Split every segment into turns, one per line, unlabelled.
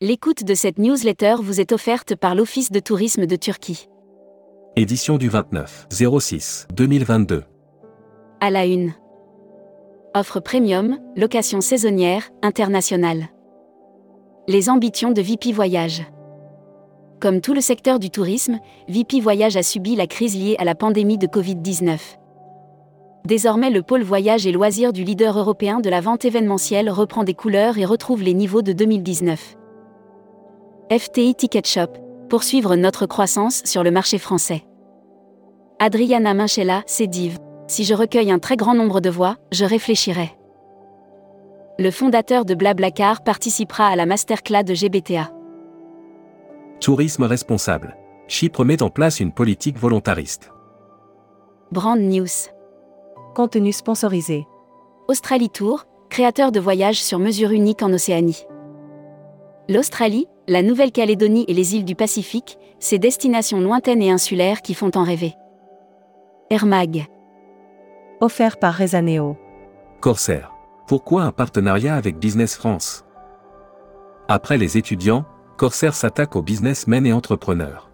L'écoute de cette newsletter vous est offerte par l'Office de tourisme de Turquie.
Édition du 29 06 2022.
À la une. Offre premium, location saisonnière, internationale. Les ambitions de VP Voyage. Comme tout le secteur du tourisme, VP Voyage a subi la crise liée à la pandémie de Covid-19. Désormais, le pôle voyage et loisirs du leader européen de la vente événementielle reprend des couleurs et retrouve les niveaux de 2019. FTI Ticket Shop, poursuivre notre croissance sur le marché français. Adriana Minchella, Cédive. Si je recueille un très grand nombre de voix, je réfléchirai. Le fondateur de Blablacar participera à la masterclass de GBTA.
Tourisme responsable. Chypre met en place une politique volontariste.
Brand News.
Contenu sponsorisé.
Australie Tour, créateur de voyages sur mesure unique en Océanie. L'Australie, la Nouvelle-Calédonie et les îles du Pacifique, ces destinations lointaines et insulaires qui font en rêver. Hermag,
Offert par Rezaneo.
Corsair. Pourquoi un partenariat avec Business France Après les étudiants, Corsair s'attaque aux businessmen et entrepreneurs.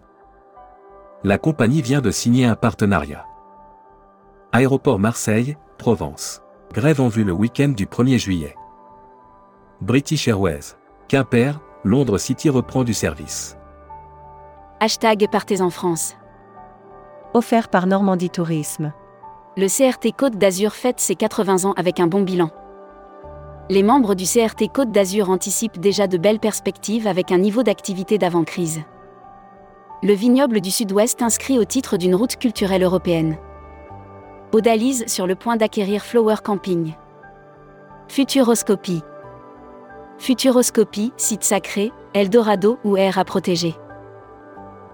La compagnie vient de signer un partenariat. Aéroport Marseille, Provence. Grève en vue le week-end du 1er juillet. British Airways. Quimper, Londres City reprend du service.
hashtag Partez en France.
Offert par Normandie Tourisme.
Le CRT Côte d'Azur fête ses 80 ans avec un bon bilan. Les membres du CRT Côte d'Azur anticipent déjà de belles perspectives avec un niveau d'activité d'avant-crise. Le vignoble du Sud-Ouest inscrit au titre d'une route culturelle européenne. Odalise sur le point d'acquérir Flower Camping. Futuroscopie. Futuroscopie, site sacré, Eldorado ou air à protéger.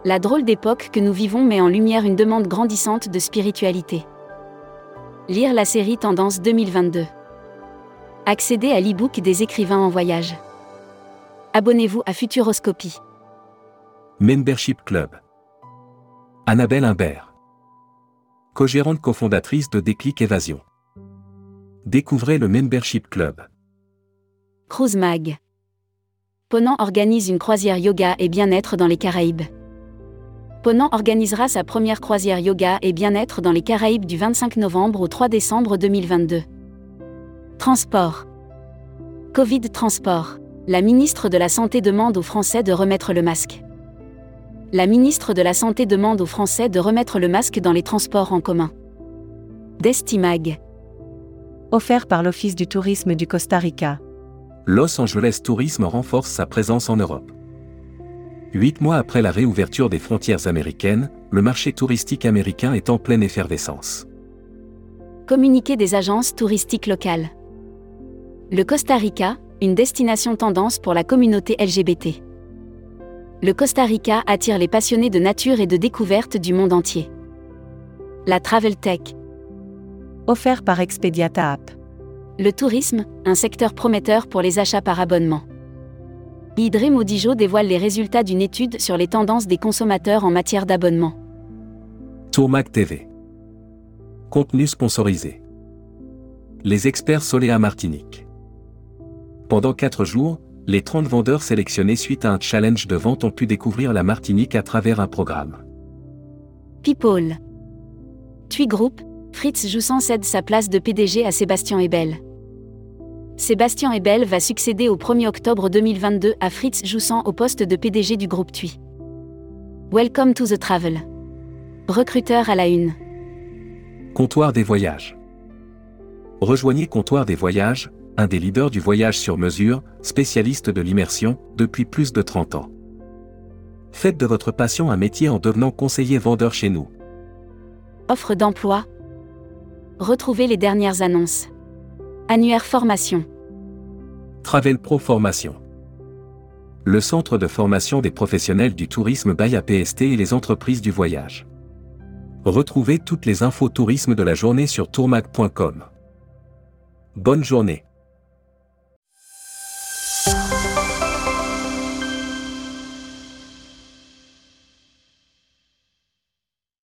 La drôle d'époque que nous vivons met en lumière une demande grandissante de spiritualité. Lire la série Tendance 2022. Accéder à l'e-book des écrivains en voyage. Abonnez-vous à Futuroscopie.
Membership Club. Annabelle Imbert. Co-gérante cofondatrice de Déclic Évasion. Découvrez le Membership Club.
Cruise Mag. Ponant organise une croisière yoga et bien-être dans les Caraïbes. Ponant organisera sa première croisière yoga et bien-être dans les Caraïbes du 25 novembre au 3 décembre 2022. Transport. Covid Transport. La ministre de la Santé demande aux Français de remettre le masque. La ministre de la Santé demande aux Français de remettre le masque dans les transports en commun. Destimag.
Offert par l'Office du tourisme du Costa Rica.
Los Angeles Tourisme renforce sa présence en Europe. Huit mois après la réouverture des frontières américaines, le marché touristique américain est en pleine effervescence.
Communiqué des agences touristiques locales. Le Costa Rica, une destination tendance pour la communauté LGBT. Le Costa Rica attire les passionnés de nature et de découverte du monde entier. La Travel Tech,
Offert par Expedia App.
le tourisme, un secteur prometteur pour les achats par abonnement. Idré Modijo dévoile les résultats d'une étude sur les tendances des consommateurs en matière d'abonnement.
Tourmac TV. Contenu sponsorisé. Les experts Soléa Martinique. Pendant 4 jours, les 30 vendeurs sélectionnés suite à un challenge de vente ont pu découvrir la Martinique à travers un programme.
People. TUI Group, Fritz Joussen cède sa place de PDG à Sébastien Ebel. Sébastien Ebel va succéder au 1er octobre 2022 à Fritz Joussen au poste de PDG du groupe TUI. Welcome to the travel. Recruteur à la une.
Comptoir des voyages. Rejoignez Comptoir des voyages, un des leaders du voyage sur mesure, spécialiste de l'immersion, depuis plus de 30 ans. Faites de votre passion un métier en devenant conseiller vendeur chez nous.
Offre d'emploi. Retrouvez les dernières annonces. Annuaire formation.
Travel Pro Formation. Le centre de formation des professionnels du tourisme by APST et les entreprises du voyage. Retrouvez toutes les infos tourisme de la journée sur tourmac.com. Bonne journée.